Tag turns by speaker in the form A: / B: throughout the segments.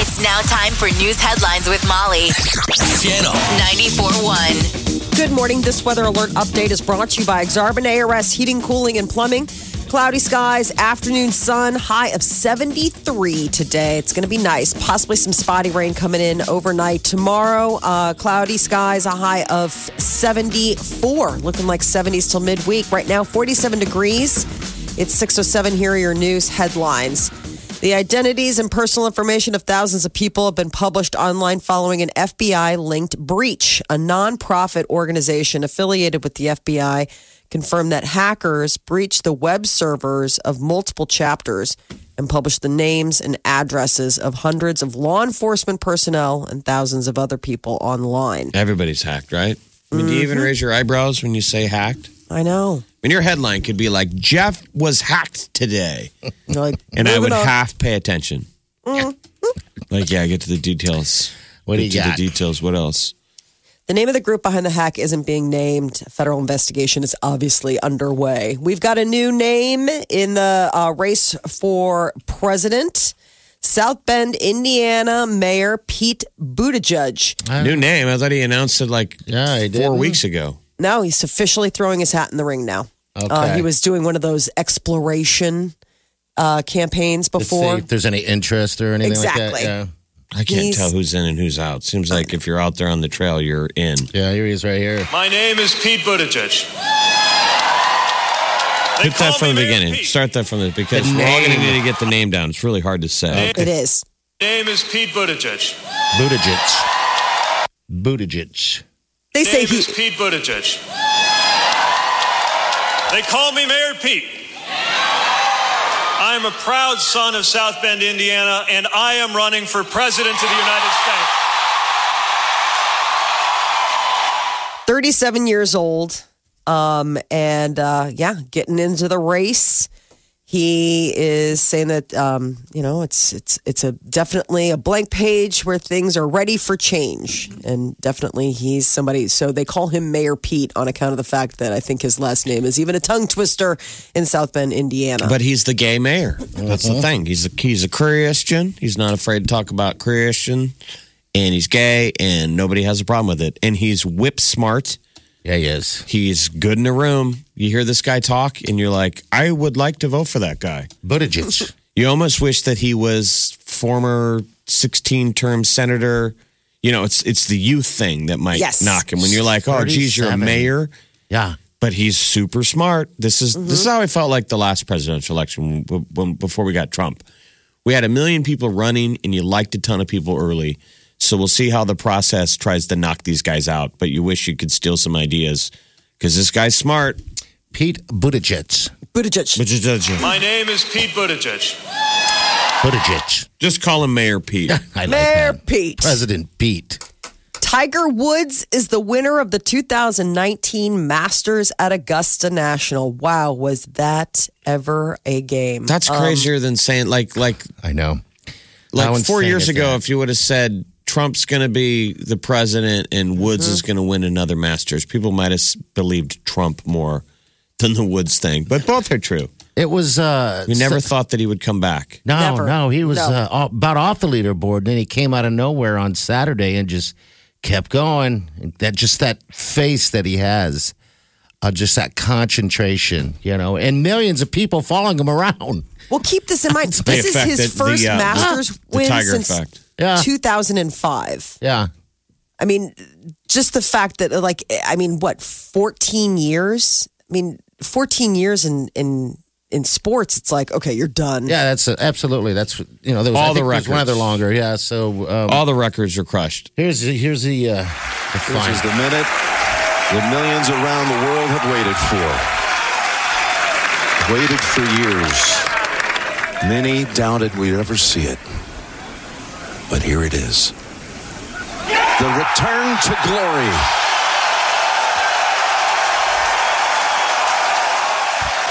A: It's now time for news headlines with Molly.
B: Channel
A: one.
C: Good morning. This weather alert update is brought to you by Exarban ARS Heating, Cooling, and Plumbing. Cloudy skies, afternoon sun, high of 73 today. It's going to be nice. Possibly some spotty rain coming in overnight tomorrow. Uh, cloudy skies, a high of 74. Looking like 70s till midweek. Right now, 47 degrees. It's 607. Here are your news headlines. The identities and personal information of thousands of people have been published online following an FBI linked breach. A nonprofit organization affiliated with the FBI confirmed that hackers breached the web servers of multiple chapters and published the names and addresses of hundreds of law enforcement personnel and thousands of other people online.
B: Everybody's hacked, right? I mean, do you
C: Mm-hmm.
B: even raise your eyebrows when you say hacked?
C: I know.
B: I mean, your headline could be like, Jeff was hacked today.
C: Like,
B: And I
C: moving
B: would
C: on. Mm-hmm.
B: half pay attention. like, yeah, get to the details.
D: What do
B: Get
D: you
B: to
D: got?
B: the details. What else?
C: The name of the group behind the hack isn't being named. Federal investigation is obviously underway. We've got a new name in the uh, race for president. South Bend, Indiana Mayor Pete Buttigieg.
B: New name. I thought he announced it like
D: Yeah,
B: 4
D: he didn't.
B: weeks ago.
C: Now he's officially throwing his hat in the ring now. Uh,
D: Okay.
C: he was doing one of those exploration uh, campaigns
D: To see
C: before.
D: if there's any interest or anything like
C: Exactly.
D: that.
B: I can't
C: He's-
B: tell who's in and who's out. Seems like if you're out there on the trail, you're in.
D: Yeah. yeah, here he is right here.
E: My name is Pete Buttigieg. They
B: Hit that
E: call me
B: from the
E: Mayor
B: beginning.
E: Pete.
B: Start that from the because we're all going to need to get the name down. It's really hard to say.
C: It is.
E: My name is Pete Buttigieg.
D: Buttigieg. Buttigieg.
C: They
E: My
C: say
E: name
C: he.
E: is Pete Buttigieg. They call me Mayor Pete. I'm a proud son of South Bend, Indiana, and I am running for President of the United States.
C: 37 years old. Um, and uh, yeah, getting into the race. He is saying that um, you know it's it's it's a definitely a blank page where things are ready for change, and definitely he's somebody. So they call him Mayor Pete on account of the fact that I think his last name is even a tongue twister in South Bend, Indiana.
B: But he's the gay mayor. That's the thing. He's a, he's a Christian. He's not afraid to talk about Christian, and he's gay, and nobody has a problem with it. And he's whip smart.
D: Yeah, he is.
B: He's good in a room. You hear this guy talk, and you're like, I would like to vote for that guy.
D: Buttigieg.
B: You almost wish that he was former 16 term senator. You know, it's it's the youth thing that might
C: Yes.
B: knock him when you're like, oh, geez, you're a
D: 37.
B: mayor.
D: yeah.
B: but he's super smart. This is this is how I felt like the last presidential election when, when, before we got Trump. We had a million people running, and you liked a ton of people early. So we'll see how the process tries to knock these guys out. But you wish you could steal some ideas because this guy's smart.
D: Pete Buttigieg.
C: Buttigieg,
B: Just
E: My name is Pete Buttigieg.
D: Buttigieg.
B: call him Mayor Pete.
D: I like
C: Mayor
D: that.
C: Pete.
D: President Pete.
C: Tiger Woods is the winner of the 2019 Masters at Augusta National. Wow, was that ever a game? Um,
B: That's crazier than saying like like
D: I know. How
B: like four
D: insane
B: years
D: is
B: ago.
D: that?
B: If you would have said Trump's going to be the president
C: Mm-hmm.
B: and Woods is going to win another Masters, people might have s- believed Trump more than the Woods thing. But both are true.
D: It was. uh
B: We never
D: so-
B: thought that he would come back.
D: No,
C: Never.
D: no, he was
C: No.
D: Uh, off- about off the leaderboard, and then he came out of nowhere on Saturday and just kept going. That just that face that he has, uh, just that concentration, you know, and millions of people following him around.
C: Well, keep this in mind. This is
B: effect
C: his
B: that the,
C: first
B: uh,
C: Masters
B: the
C: win
B: Tiger
C: since
B: effect.
D: Yeah.
C: 2005.
D: Yeah,
C: I mean, just the fact that, like, I mean, what, 14 years? I mean, 14 years in in in sports, it's like, okay, you're done.
D: yeah, that's uh absolutely that's you know there was,
B: All
D: I think
B: the
D: there was one
B: records.
D: other longer. Yeah, so um,
B: All the records are crushed.
D: here's here's the, uh, the
F: This
D: final.
F: is the minute the millions around the world have waited for. Waited for years. Many doubted we'd ever see it. But here it is the return to glory.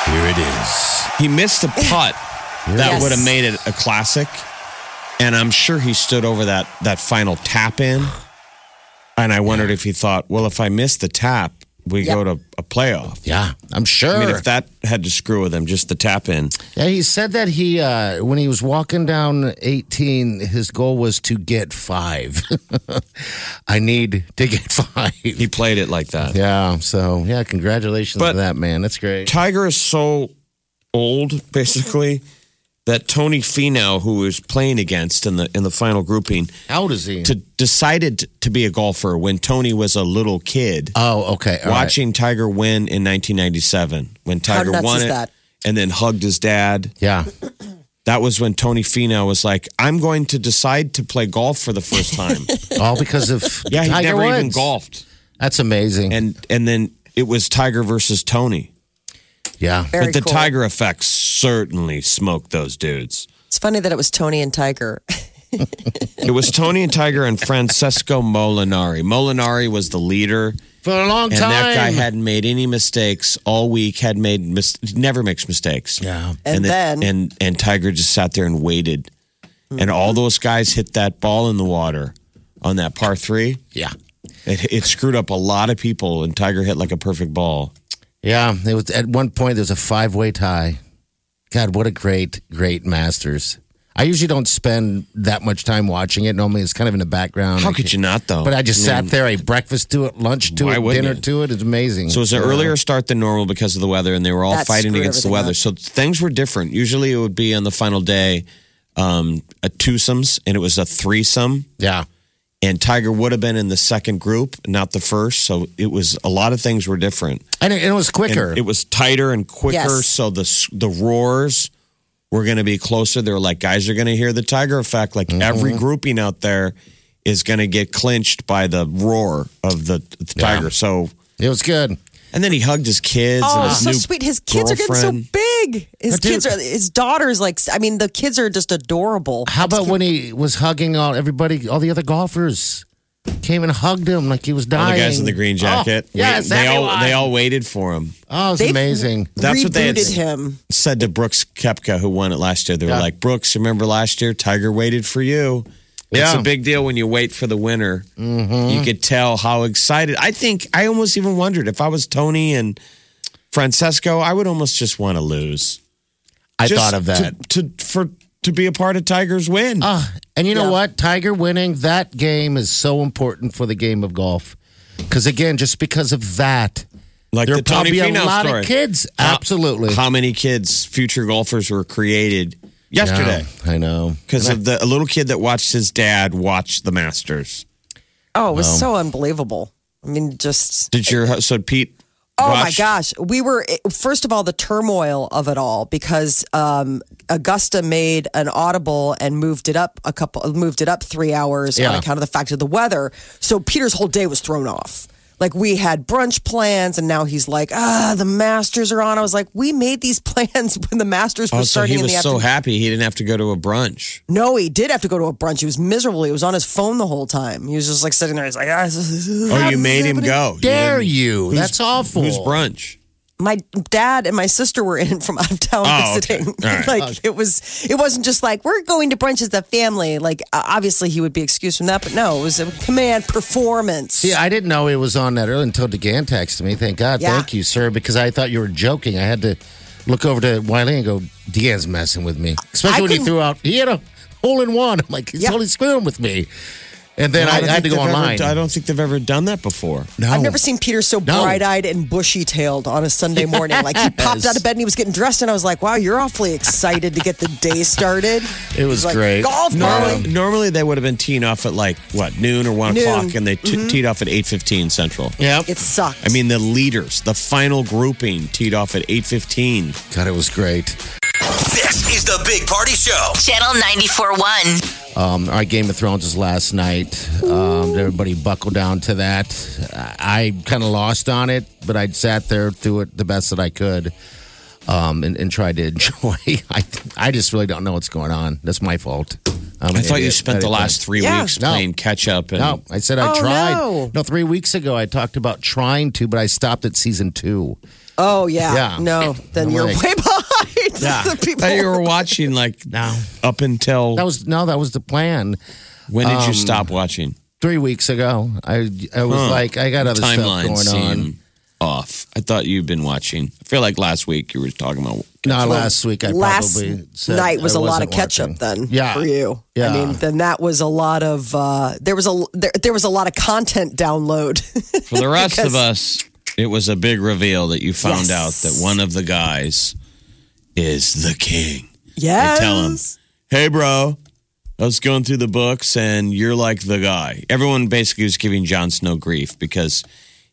F: Here it is.
B: He missed a putt that
C: Yes.
B: would have made it a classic, and I'm sure he stood over that that final tap in. And I wondered if he thought, well, if I miss the tap, we go to a playoff.
D: Yeah, I'm sure.
B: I mean, if that had to screw with him, just the tap in.
D: Yeah, he said that he uh, when he was walking down 18, his goal was to get five. I need to get five.
B: He played it like that.
D: yeah, so yeah, congratulations
B: But-
D: to that man. That's great.
B: Tiger is so old, basically, that Tony Finau, who is playing against in the in the final grouping,
D: How old is he?
B: to decided to be a golfer when Tony was a little kid.
D: oh, okay. all right.
B: watching Tiger win in 1997 when Tiger
C: nuts
B: won
C: is
B: it
C: that?
B: and then hugged his dad.
D: Yeah,
B: That was when Tony Finau was like, "I'm going to decide to play golf for the first time."
D: all because of
B: yeah, he
D: Tiger
B: never
D: Woods.
B: even golfed,
D: That's amazing.
B: and and then it was Tiger versus Tony.
D: yeah,
C: Very
B: but the
C: cool.
B: Tiger effect certainly smoked those dudes.
C: It's funny that it was Tony and Tiger.
B: It was Tony and Tiger and Francesco Molinari. Molinari was the leader.
D: for a long
B: And
D: time.
B: that guy hadn't made any mistakes all week. Had made mis- never makes mistakes.
D: yeah,
C: And
B: the-
C: then-
B: and and Tiger just sat there and waited, and all those guys hit that ball in the water on that par three.
D: yeah,
B: It, it screwed up a lot of people, and Tiger hit like a perfect ball.
D: yeah. It was at one point there was a five way tie. God, what a great, great Masters. I usually don't spend that much time watching it. Normally, it's kind of in the background.
B: How
D: I
B: could you not though?
D: But I just
B: mean,
D: sat there. I ate breakfast to it, lunch to
B: Why
D: it,
B: wouldn't
D: dinner
B: you?
D: to it. It's amazing.
B: So it was an earlier start than normal because of the weather, and they were all
C: That
B: fighting
C: screwed
B: against the
C: everything
B: weather.
C: up.
B: So things were different. Usually, it would be on the final day, um, a twosomes, and it was a threesome.
D: Yeah.
B: And Tiger would have been in the second group, not the first. So it was a lot of things were different.
D: And it, it was
B: and
D: quicker.
B: It was tighter and quicker,
C: Yes.
B: so the the roars were going to be closer. They were like, guys are going to hear the tiger effect. Like every grouping out there is going to get clinched by the roar of the, the tiger. So,
D: It was good.
B: and then he hugged his kids.
C: Oh,
B: and his
C: so
B: new
C: sweet. His kids are getting
B: girlfriend.
C: so big. His
D: But dude-
C: kids are, his daughter's like, I mean, the kids are just adorable.
D: How about when he was hugging all everybody, all the other golfers came and hugged him like he was dying.
B: All the guys in the green jacket.
D: Oh, yes,
B: Wait- they all
D: everyone.
B: they all waited for him.
D: Oh, it was
C: They-
D: amazing.
B: That's what they had
C: Rebooted him.
B: said to Brooks Kepka, who won it last year. They were
D: Yeah.
B: like, Brooks, remember last year? Tiger waited for you. It's
D: Yeah. Mm-hmm.
B: a big deal when you wait for the winner. You could tell how excited. I think I almost even wondered if I was Tony and Francesco, I would almost just want to lose.
D: I
B: Just
D: thought of that.
B: to, to for to be a part of Tiger's win.
D: Ah, and you know what? Tiger winning that game is so important for the game of golf. Because again, just because of that,
B: like
D: there
B: the Tony
D: probably
B: Finau
D: a lot
B: story.
D: of kids.
B: How-
D: Absolutely.
B: How many kids, future golfers, were created yesterday
D: Yeah, I know.
B: because of the a little kid that watched his dad watch the Masters?
C: Oh, it was so unbelievable. I mean, just
B: Did your so Pete?
C: Oh my
B: watched-
C: gosh. We were, eh, first of all, the turmoil of it all because um, Augusta made an audible and moved it up a couple, moved it up three hours on
D: Yeah.
C: account of the fact of the weather. So Peter's whole day was thrown off. Like we had brunch plans and now he's like, ah, the Masters are on. I was like, we made these plans when the Masters were
B: Oh, so
C: starting
B: he
C: in
B: was
C: the
B: so
C: afternoon.
B: happy he didn't have to go to a brunch.
C: no, he did have to go to a brunch. He was miserable. He was on his phone the whole time. He was just like sitting there. He's like, ah,
B: Oh, you made him go.
D: Dare you? That's awful.
B: Who's brunch?
C: my dad and my sister were in from out of town
B: Oh, okay.
C: visiting.
B: All right.
C: like it was, it wasn't just like we're going to brunch as a family. Like uh, obviously he would be excused from that, but no, it was a command performance.
D: See, I didn't know it was on that early until DeGan texted me. Thank God.
C: Yeah.
D: Thank you, sir, because I thought you were joking. I had to look over to Wiley and go, DeGan's messing with me. Especially
C: I
D: when he
C: couldn't-
D: threw out, he had a hole in one. I'm like, he's
C: Yeah.
D: totally screwing with me. And then I,
B: don't
D: I had
B: think
D: to go
B: they've ever-
D: online.
B: I don't think they've ever done that before.
D: no.
C: I've never seen Peter so
D: No.
C: bright-eyed and bushy-tailed on a Sunday morning. Like he popped out of bed and he was getting dressed, and I was like, "Wow, you're awfully excited to get the day started."
D: It was
C: like,
D: great.
C: Golf,
B: Normally,
C: Marley.
B: normally they would have been teeing off at like what noon or one
C: Noon. Mm-hmm.
B: o'clock, and they t- teed off at eight fifteen central.
D: Yep.
C: It sucked.
B: I mean, the leaders, the final grouping, teed off at eight fifteen.
D: God, it was great.
G: This is the Big Party Show.
A: Channel 94.1.
D: Um, our Game of Thrones was last night. Um, everybody buckled down to that. I kind of lost on it, but I sat there through it the best that I could um, and, and tried to enjoy. I, I just really don't know what's going on. That's my fault. I'm an
B: I thought you
D: idiot.
B: spent the
D: didn't
B: last
D: think-
B: three
C: Yeah.
B: weeks
D: No.
B: playing catch up. And
D: No, I said I
C: Oh,
D: tried.
C: no.
D: three weeks ago I talked about trying to, but I stopped at season two.
C: Oh yeah,
D: Yeah.
C: no, then
D: I'm
C: you're
D: like-
C: way behind
D: Yeah.
C: the people.
B: thought you were watching like
D: No,
B: up until
D: that was no, that was the plan.
B: when did you stop watching?
D: Three weeks ago, I I was
B: Huh.
D: like, I got other stuff
B: Timeline
D: going on.
B: seem off. I thought you'd been watching. I feel like last week you were talking about.
D: Not last week. I
C: Last
D: probably said
C: night was
D: I
C: a lot of
D: wasn't
C: catch up
D: watching.
C: then
D: Yeah,
C: for you.
D: Yeah,
C: I mean, then that was a lot of uh, there was a there, there was a lot of content download.
B: For the rest of us, it was a big reveal that you found
C: Yes.
B: out that one of the guys is the king.
C: yes.
B: They tell him, hey, bro, I was going through the books and you're like the guy. Everyone basically was giving Jon Snow grief because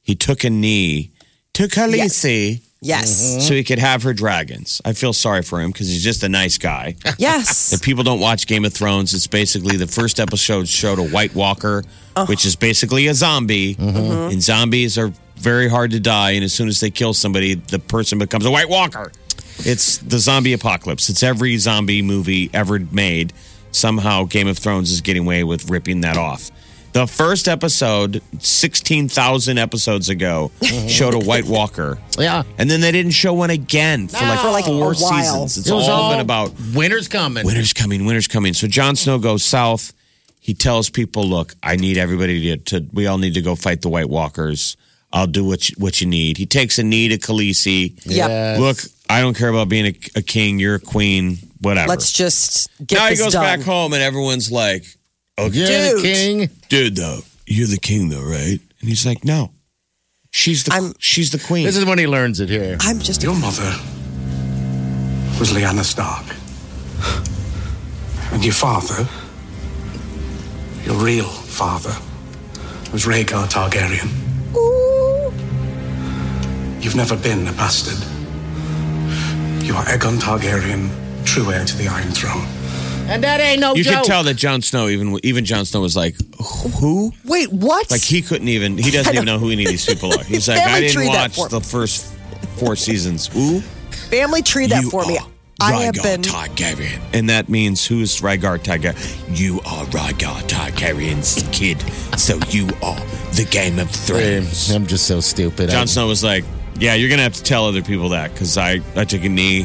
B: he took a knee to Khaleesi
C: Yes.
B: so he could have her dragons. I feel sorry for him because he's just a nice guy.
C: Yes.
B: If people don't watch Game of Thrones, it's basically the first episode showed a White Walker,
C: Uh-huh.
B: which is basically a zombie.
C: Mm-hmm.
B: And zombies are very hard to die. And as soon as they kill somebody, the person becomes a White Walker. It's the zombie apocalypse. It's every zombie movie ever made. Somehow, Game of Thrones is getting away with ripping that off. The first episode, 16,000 episodes ago,
C: Mm-hmm.
B: showed a White Walker.
D: Yeah.
B: And then they didn't show one again for like,
C: For like
B: four
C: a while.
B: seasons. It's all, been about
D: winter's coming.
B: winter's coming, winter's coming. So Jon Snow goes south. He tells people, "Look, I need everybody to, to we all need to go fight the White Walkers. I'll do what you, what you need." He takes a knee to Khaleesi.
C: Yep.
D: Yes.
B: Look, I don't care about being a, a king. You're a queen. Whatever.
C: Let's just get
B: now he
C: this
B: goes
C: done.
B: back home, and everyone's like,
D: you're the
C: Dude.
D: king.
B: "Dude, though, you're the king, though, right?" And he's like, "No, she's the
C: I'm-
B: she's the queen."
D: This is when he learns it here.
C: I'm just
H: Your mother was Lyanna Stark. And your father, your real father, was Rhaegar Targaryen. You've never been a bastard. You are Aegon Targaryen, true heir to the Iron Throne.
D: And that ain't no
B: you
D: joke.
B: could tell that Jon Snow, even even Jon Snow, was like, "Who?"
C: wait. What?
B: Like he couldn't even. He doesn't even know who any of these people are. He's like, I
C: Family
B: didn't
C: tree that
B: watch
C: for-
B: the first four seasons. Ooh,
C: Family tree that for me. I have been.
B: Targaryen, and that means who's Rhaegar Targaryen? You are Rhaegar Targaryen's kid, so you are the Game of Thrones.
D: I'm just so stupid.
B: Jon
D: I'm-
B: Snow was like, "Yeah, you're gonna have to tell other people that because I I took a knee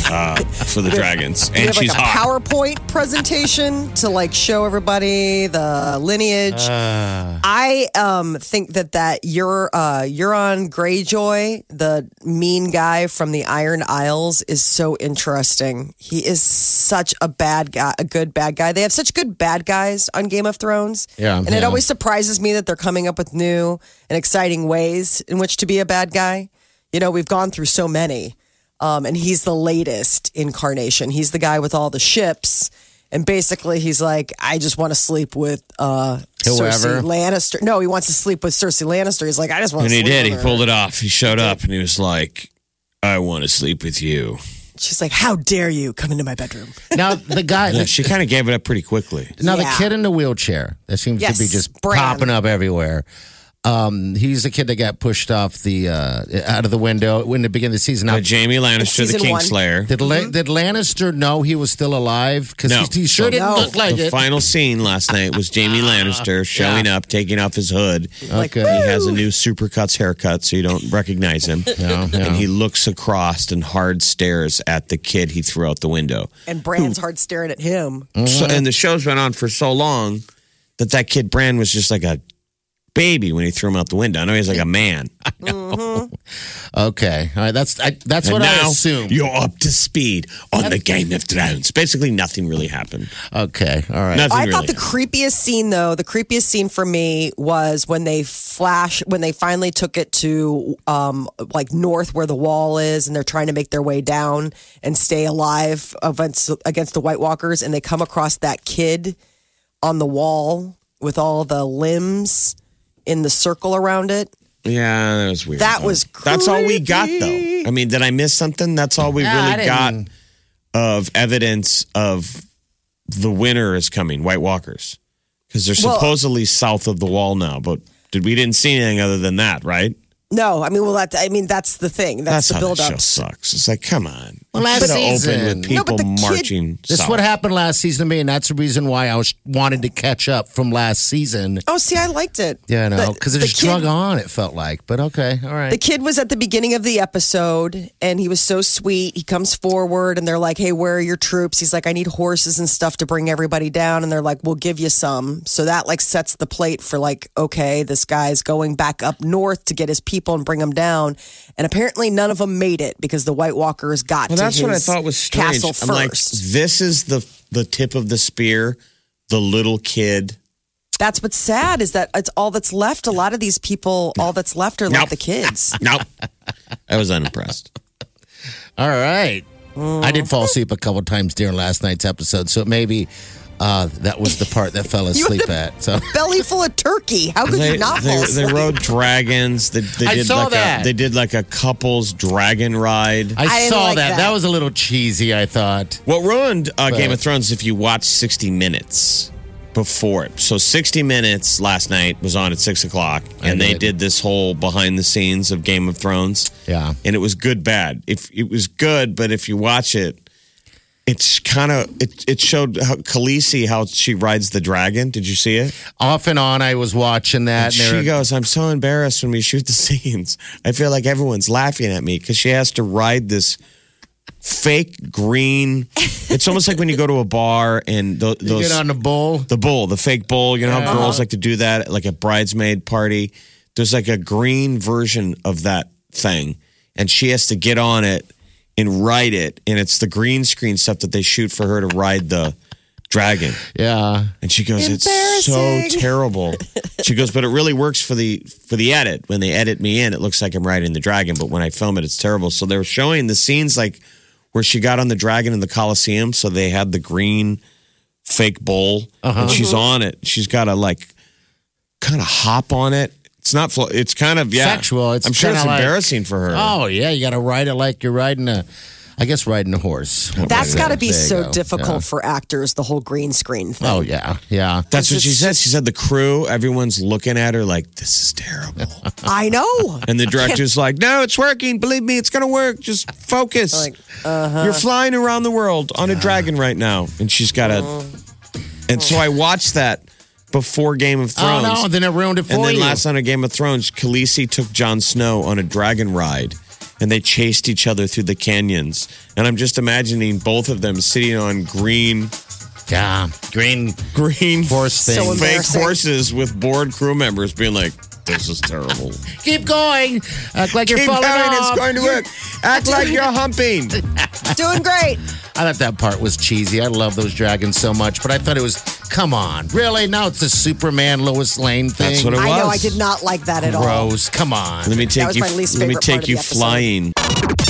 B: uh, for the dragons,
C: We
B: and
C: have like
B: she's
C: a
B: hot."
C: PowerPoint presentation to like show everybody the lineage.
B: Uh.
C: I um think that that your uh Euron Greyjoy, the mean guy from the Iron Isles, is so interesting. He is such a bad guy, a good bad guy. They have such good bad guys on Game of Thrones.
D: Yeah,
C: and it
D: yeah.
C: always surprises me that they're coming up with new and exciting ways in which to be a bad guy. You know, we've gone through so many. Um, and he's the latest incarnation. He's the guy with all the ships. And basically, he's like, I just want to sleep with uh,
D: Whoever.
C: Cersei Lannister. No, he wants to sleep with Cersei Lannister. He's like, I just want
B: And
C: to
B: he
C: sleep
B: did.
C: with
B: He
C: her."
B: pulled it off. He showed up, and he was like, "I want to sleep with you."
C: She's like, How dare you come into my bedroom?
D: now the guy.
B: Yeah, she kind of gave it up pretty quickly.
D: Now
C: Yeah.
D: the kid in the wheelchair that seems
C: Yes,
D: to be just
C: Bran.
D: popping up everywhere. Um, he's the kid that got pushed off the uh, out of the window when the beginning of the season. Now,
B: Uh, Jamie Lannister, the
C: Season one.
B: Kingslayer.
D: did,
C: Mm-hmm.
D: La- did Lannister know he was still alive? Because
B: No.
D: he, he sure didn't
C: No.
D: look like
B: the
D: it.
B: final scene last night was Jamie
C: Ah,
B: Lannister showing up, taking off his hood.
C: Oh.
D: Okay.
B: He has a new supercuts haircut, so you don't recognize him.
D: Yeah, yeah.
B: And he looks across and hard stares at the kid he threw out the window.
C: And Bran's hard staring at him.
D: Mm-hmm.
B: So, and the show's been on for so long that that kid Bran was just like a baby when he threw him out the window. I know he's like a man.
D: Okay, all right. That's I, that's
B: and
D: what
B: now
D: I assume.
B: you're up to speed on the Game of Thrones. Basically, nothing really happened.
D: Okay, all right.
B: Nothing
C: I
B: really.
C: thought the
B: happened.
C: creepiest scene, though, the creepiest scene for me was when they flash, when they finally took it to um, like north where the wall is, and they're trying to make their way down and stay alive against, against the White Walkers, and they come across that kid on the wall with all the limbs in the circle around it.
B: Yeah, that was weird.
C: That was
B: That's all we got, though. I mean, did I miss something? That's all we
D: Yeah,
B: really
D: Ah, I
B: got
D: didn't-
B: of evidence of the winter is coming, White Walkers, because they're
C: Well-
B: supposedly south of the wall now. But did we didn't see anything other than that, right?
C: No, I mean, well, that I mean, that's the thing. That's,
B: That's,
C: the
B: how the
C: build
B: show
C: up.
B: sucks. It's like, come on.
D: Well,
B: You
D: last
B: should've opened
D: season-
B: with
C: No,
B: people
C: but the kid-
B: marching.
D: This is
B: south.
D: what happened last season to me, and that's the reason why I was wanted to catch up from last season.
C: Oh, see, I liked it.
D: Yeah, I know, because
C: The- the
D: it just
C: kid-
D: drug on. It felt like, but okay, all right.
C: The kid was at the beginning of the episode and he was so sweet. He comes forward and they're like, Hey, where are your troops? He's like, I need horses and stuff to bring everybody down. And they're like, We'll give you some. So that like sets the plate for like, okay, this guy's going back up north to get his people and bring them down. And apparently none of them made it because the White Walkers got
B: Well,
C: to
B: that's what I
C: his
B: thought was strange.
C: castle
B: I'm like,
C: first.
B: this is the the tip of the spear. The little kid.
C: that's what's sad is that it's all that's left. A lot of these people, all that's left are like
B: Nope.
C: the kids.
B: Nope. I was unimpressed.
D: All right. I did fall asleep a couple times during last night's episode, so maybe uh, that was the part that fell asleep at. So
C: Belly full of turkey. How could
B: They,
C: you not
B: they,
C: fall
B: they
C: asleep?
B: rode dragons. They, they
D: I
B: did
D: saw
B: like
D: that.
B: A, they did like a couple's dragon ride.
D: I,
C: I didn't
D: saw
C: like
D: that.
C: that.
D: that. was a little cheesy, I thought.
B: What ruined uh, Game
D: But-
B: of Thrones is if you watched 60 Minutes before it. So 60 Minutes last night was on at 6 o'clock,
D: I
B: and they
D: did.
B: did this whole behind the scenes of Game of Thrones.
D: Yeah.
B: And it was good, bad. If It was good, but if you watch it, it's kind of, it, it showed how Khaleesi, how she rides the dragon. Did you see it?
D: Off and on, I was watching that. and they
B: she
D: were-
B: goes, I'm so embarrassed when we shoot the scenes. I feel like everyone's laughing at me because she has to ride this fake green. It's almost like when you go to a bar and tho-
D: You
B: those
D: get on the bull.
B: the bull, the fake bull. You know how girls like to do that, at, like a bridesmaid party. There's like a green version of that thing, and she has to get on it and ride it. And it's the green screen stuff that they shoot for her to ride the dragon.
D: Yeah.
B: And she goes, "It's so terrible." she goes, "But it really works for the for the edit. When they edit me in, it looks like I'm riding the dragon, but when I film it, it's terrible." So they were showing the scenes like where she got on the dragon in the Coliseum. So they had the green fake bull,
D: Uh-huh.
B: and she's on it. She's got to like kind of hop on it. It's not. Flo- it's kind of yeah.
D: Sexual. It's
B: I'm sure it's
D: kinda like-
B: embarrassing for her.
D: Oh, yeah. You got to ride it like you're riding a, I guess, riding a horse.
C: That's got to be
D: There you
C: so
D: go.
C: difficult for actors, the whole green screen thing.
D: Yeah. Oh, yeah. Yeah.
B: That's what she said. She said the crew, everyone's looking at her like, "This is terrible."
C: I know.
B: And the director's like, no, it's working. Believe me, it's going to work. Just focus.
C: Like,
D: uh-huh.
B: You're flying around the world on a dragon right now. And she's got
D: Oh.
B: a. And so I watched that before Game of
D: Oh,
B: Thrones.
D: no. Then it ruined it for
B: and then
D: you.
B: last night on Game of Thrones, Khaleesi took Jon Snow on a dragon ride and they chased each other through the canyons. And I'm just imagining both of them sitting on green,
D: yeah. Green.
B: green
D: Horse thing.
C: So
B: fake
C: embarrassing.
B: horses with bored crew members being like, this is terrible.
D: Keep going. Act like you're
B: Keep
D: falling
B: going,
D: off.
B: it's going to work. Act like you're humping.
C: doing great.
D: I thought that part was cheesy. I love those dragons so much, but I thought it was, come on, really? Now it's a Superman Lois Lane thing.
B: That's what it was.
C: I know. I did not like that at all.
D: Gross. Come on.
B: Let me take
C: was
B: you.
C: my least
B: let
C: favorite
B: me
C: part
B: take
C: of
B: you
C: the episode.
B: flying.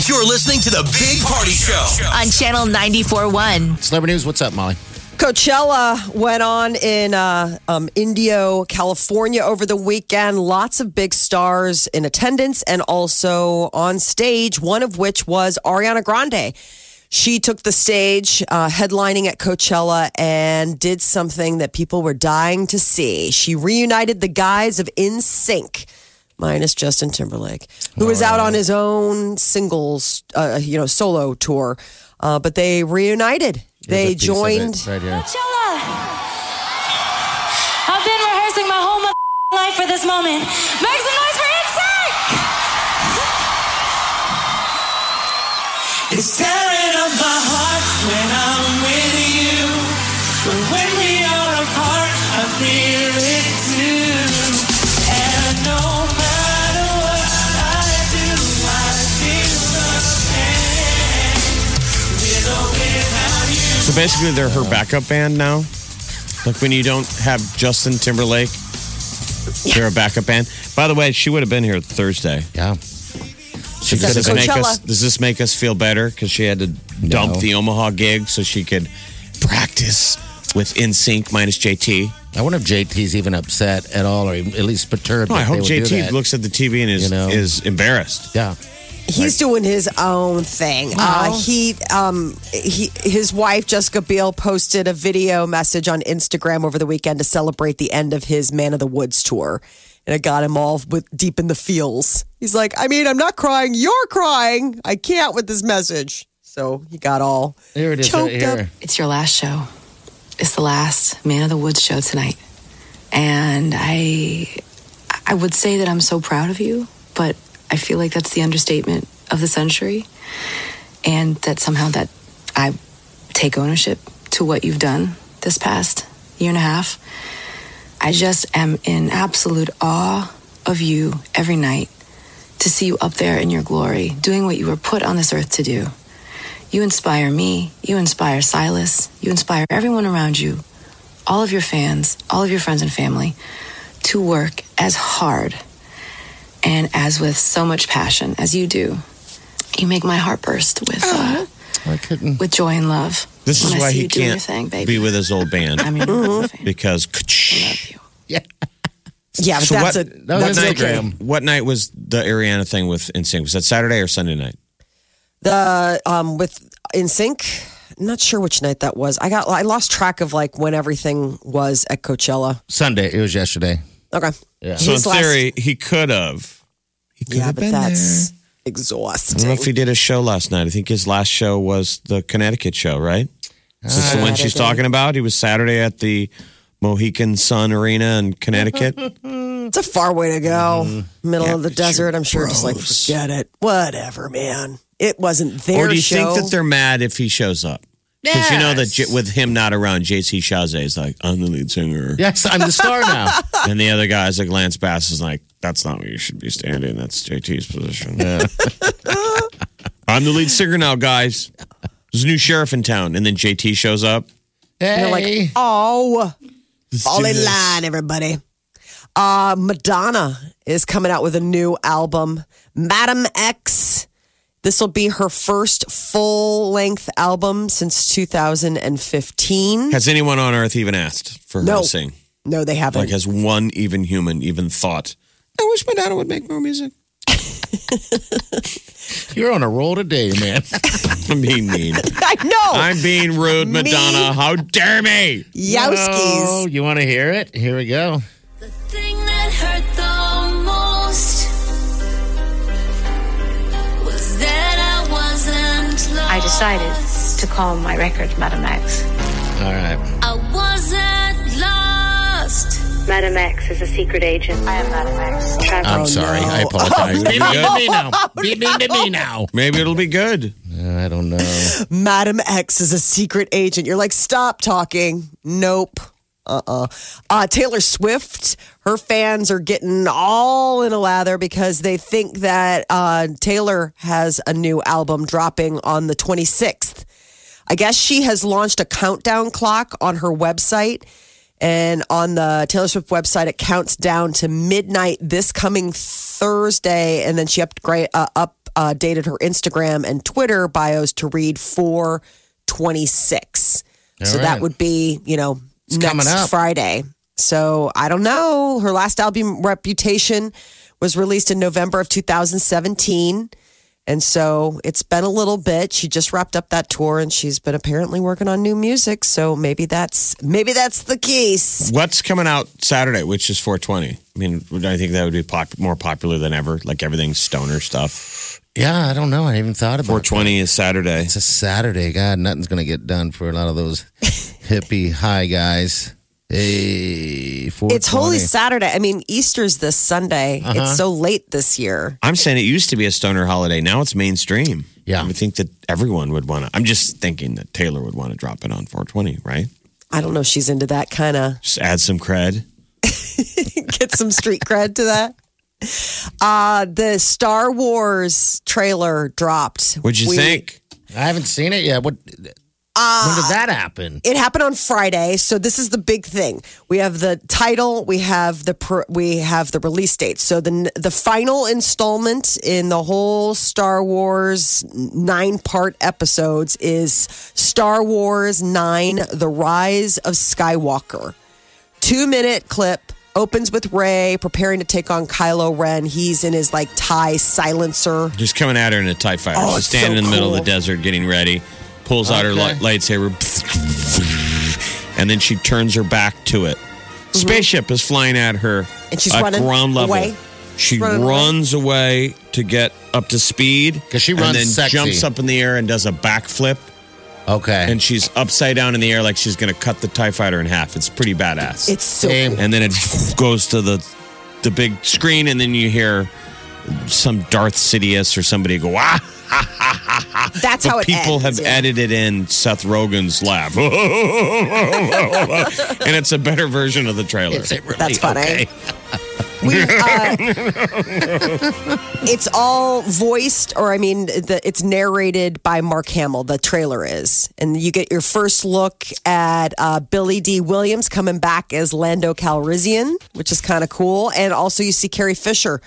G: You're listening to the Big Party Show.
A: on Channel 94.1.
D: Celebrity news. What's up, Molly?
C: Coachella went on in uh, um, Indio, California over the weekend. Lots of big stars in attendance and also on stage, one of which was Ariana Grande. She took the stage uh, headlining at Coachella and did something that people were dying to see. She reunited the guys of In Sync. Minus Justin Timberlake, who was out on his own singles, uh, you know, solo tour, uh, but they reunited.
D: Here's
C: They
D: a piece of
C: joined
D: it Right here.
I: Coachella. I've been rehearsing my whole mother life for this moment. Make some noise for Insect!
J: It's tearing up my heart when I'm with you. But when we are apart, I feel it too. And no matter what I do, I feel the pain. With or without you.
B: So basically, they're her backup band now. Like when you don't have Justin Timberlake, they're a backup band. By the way, she would have been here Thursday.
D: Yeah. She
B: Does
D: could
B: this
D: have been.
B: make us?
C: Coachella.
B: Does this make us feel better because she had to dump
D: No.
B: the Omaha gig so she could practice with NSYNC minus JT?
D: I wonder if JT's even upset at all, or at least perturbed.
B: No, Oh, I
D: that
B: hope
D: they would do that.
B: JT looks at the TV and is
D: You know?
B: is embarrassed.
D: Yeah.
C: He's doing his own thing. Uh, he, um, he, his wife Jessica Biel posted a video message on Instagram over the weekend to celebrate the end of his Man of the Woods tour, and it got him all with deep in the feels. He's like, I mean, I'm not crying. You're crying. I can't with this message. So he got all
D: Here it is
C: choked
D: right here.
C: up.
K: It's your last show. It's the last Man of the Woods show tonight. And I I would say that I'm so proud of you, but I feel like that's the understatement of the century. And that somehow that I take ownership to what you've done this past year and a half. I just am in absolute awe of you every night to see you up there in your glory, doing what you were put on this earth to do. You inspire me. You inspire Silas. You inspire everyone around you, all of your fans, all of your friends and family, to work as hard and as with so much passion as you do. You make my heart burst with uh,
D: I couldn't.
K: with joy and love.
B: This is
K: when I
B: why
K: see
B: he
K: you doing your
B: can't
K: thing, baby.
B: be with his old band.
K: I mean,
C: Mm-hmm.
K: Mhm.
B: because
C: Yeah, but
B: So
C: that's
B: what,
C: a
B: what
C: that's
B: night,
C: okay.
B: What night was the Ariana thing with NSYNC? Was that Saturday or Sunday night?
C: the um with in sync not sure which night that was i got i lost track of like when everything was at coachella
D: Sunday. It was yesterday.
C: okay
D: Yeah.
B: So in
C: His last-
B: theory, he could have. He could
C: yeah
B: have
C: but
B: been
C: that's
B: there. I don't know
C: exhausting
B: if he did a show last night. I think his last show was the Connecticut show, right? Is this the one she's talking about? He was Saturday at the Mohican Sun Arena in Connecticut.
C: it's a far way to go
B: Mm-hmm.
C: middle of the desert i'm sure just like forget it whatever man it wasn't their
B: or do you
C: show
B: think that they're mad if he shows up? Because you know that J- with him not around, JC Chazé is like, I'm the lead singer.
D: Yes, I'm the star now.
B: And the other guy's like, Lance Bass is like, that's not where you should be standing. That's JT's position. I'm the lead singer now, guys. There's a new sheriff in town. And then JT shows up.
D: Hey.
C: You're like, oh,
B: Let's
C: all
B: do
C: in
B: this.
C: line, everybody. Uh, Madonna is coming out with a new album, Madam X. This will be her first full length album since 2015.
B: Has anyone on earth even asked for her
C: No.
B: to sing?
C: No, they haven't.
B: Like, has one even human even thought? I wish Madonna would make more music.
D: You're on a roll today, man.
B: I'm being mean.
C: I know.
B: I'm being rude,
C: Me?
B: Madonna. How dare me?
D: Oh,
C: Yowskies.
D: you want to hear it? Here we go.
I: thing that hurt the most was that I wasn't lost.
L: I decided to call my record Madam X.
D: All right.
I: I wasn't lost.
L: Madam X is a secret agent. I am Madam X.
D: I'm
L: Traveling.
D: sorry. I
C: no.
D: apologize.
B: Oh,
D: Be
B: no.
D: mean to me now. Be mean to me now.
B: Maybe it'll be good.
D: I don't know.
C: Madam X is a secret agent. You're like, stop talking. Nope. Uh-uh. Uh Taylor Swift, her fans are getting all in a lather because they think that uh, Taylor has a new album dropping on the 26th. I guess she has launched a countdown clock on her website. And on the Taylor Swift website, it counts down to midnight this coming Thursday. And then she upgra- uh, updated her Instagram and Twitter bios to read 426. so
D: All
C: that
D: right.
C: would be, you know,
D: coming
C: next
D: up.
C: Friday. So I don't know. Her last album, Reputation, was released in November of 2017. And so it's been a little bit. She just wrapped up that tour and she's been apparently working on new music. So maybe that's maybe that's the case.
B: What's coming out Saturday, which is 420? I mean, would- I think that would be pop- more popular than ever. Like everything's stoner stuff.
D: Yeah, I don't know. I even thought about
B: 420 is Saturday.
D: It's a Saturday. God, nothing's going to get done for a lot of those hippie high guys. Hey, 420.
C: It's Holy Saturday. I mean, Easter's this Sunday. It's so late this year.
B: I'm saying it used to be a stoner holiday. Now it's mainstream.
D: Yeah.
B: I would think that everyone would want to. I'm just thinking that Taylor would want to drop it on 420, right?
C: I don't know if she's into that kind of
B: Just add some cred.
C: get some street cred to that. Uh the Star Wars trailer dropped.
B: What'd you
C: We-
B: think?
D: I haven't seen it yet. What? when did that happen?
C: It happened on Friday, so this is the big thing. We have the title, we have the pr- we have the release date. So the the final installment in the whole Star Wars nine part episodes is Star Wars Nine: The Rise of Skywalker. Two minute clip Opens with Ray preparing to take on Kylo Ren. He's in his like tie silencer.
B: Just coming at her in a TIE fighter.
C: Oh,
B: She's
C: it's
B: standing
C: so
B: in the middle of the
C: cool.
B: desert getting ready, pulls out her
C: Okay.
B: light- lightsaber, and then she turns her back to it. Spaceship is flying at her
C: Mm-hmm. And she's
B: at
C: running
B: ground level.
C: away.
B: She
C: Running away.
B: runs away. to get up to speed. Because
D: she runs
B: and then
D: sexy.
B: jumps up in the air and does a backflip.
D: Okay.
B: And she's upside down in the air like she's going to cut the TIE fighter in half. It's pretty badass.
C: It's so Same.
B: And then it goes to the the big screen, and then you hear some Darth Sidious or somebody go, ah!
C: That's
B: but
C: how it
B: people
C: ends,
B: have
C: yeah.
B: edited in Seth Rogen's laugh. and it's a better version of the trailer.
C: Is it really? That's funny.
B: Okay.
C: We, uh, it's all voiced, or I mean, the, it's narrated by Mark Hamill. The trailer is, and you get your first look at uh, Billy D. Williams coming back as Lando Calrissian, which is kind of cool. And also, you see Carrie Fisher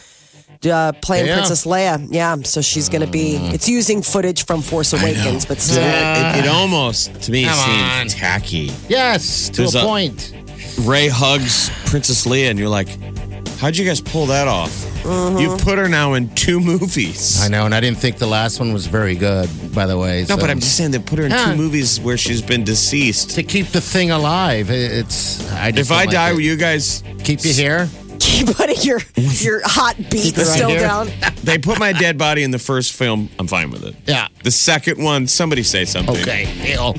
C: uh, playing
J: Yeah.
C: Princess Leia. Yeah, so she's going to be.
B: Mm.
C: It's using footage from Force Awakens, but still,
B: it, it almost, to me,
C: Come
B: seems tacky.
D: Yes, to
B: There's
D: a
B: a-
D: point.
B: Ray hugs Princess Leia, and you're like, how'd you guys pull that off?
C: Mm-hmm.
B: You put her now in two movies.
D: I know, and I didn't think the last one was very good, by the way.
B: No,
D: so-
B: but I'm just saying they put her in
D: Yeah.
B: two movies where she's been deceased.
D: To keep the thing alive, it- it's. I just
B: If I
D: don't like
B: die,
D: it.
B: will you guys
D: keep you here?
C: keep putting your your hot beats
B: Right
C: still
B: here.
C: down.
B: they put my dead body in the first film. I'm fine with it.
D: Yeah.
B: The second one, somebody say something.
D: Okay, hell.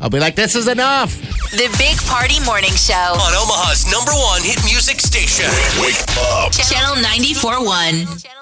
D: I'll be like, this is enough.
A: The Big Party Morning Show.
G: On Omaha's number one hit music station. Wake up.
A: Channel 94.1.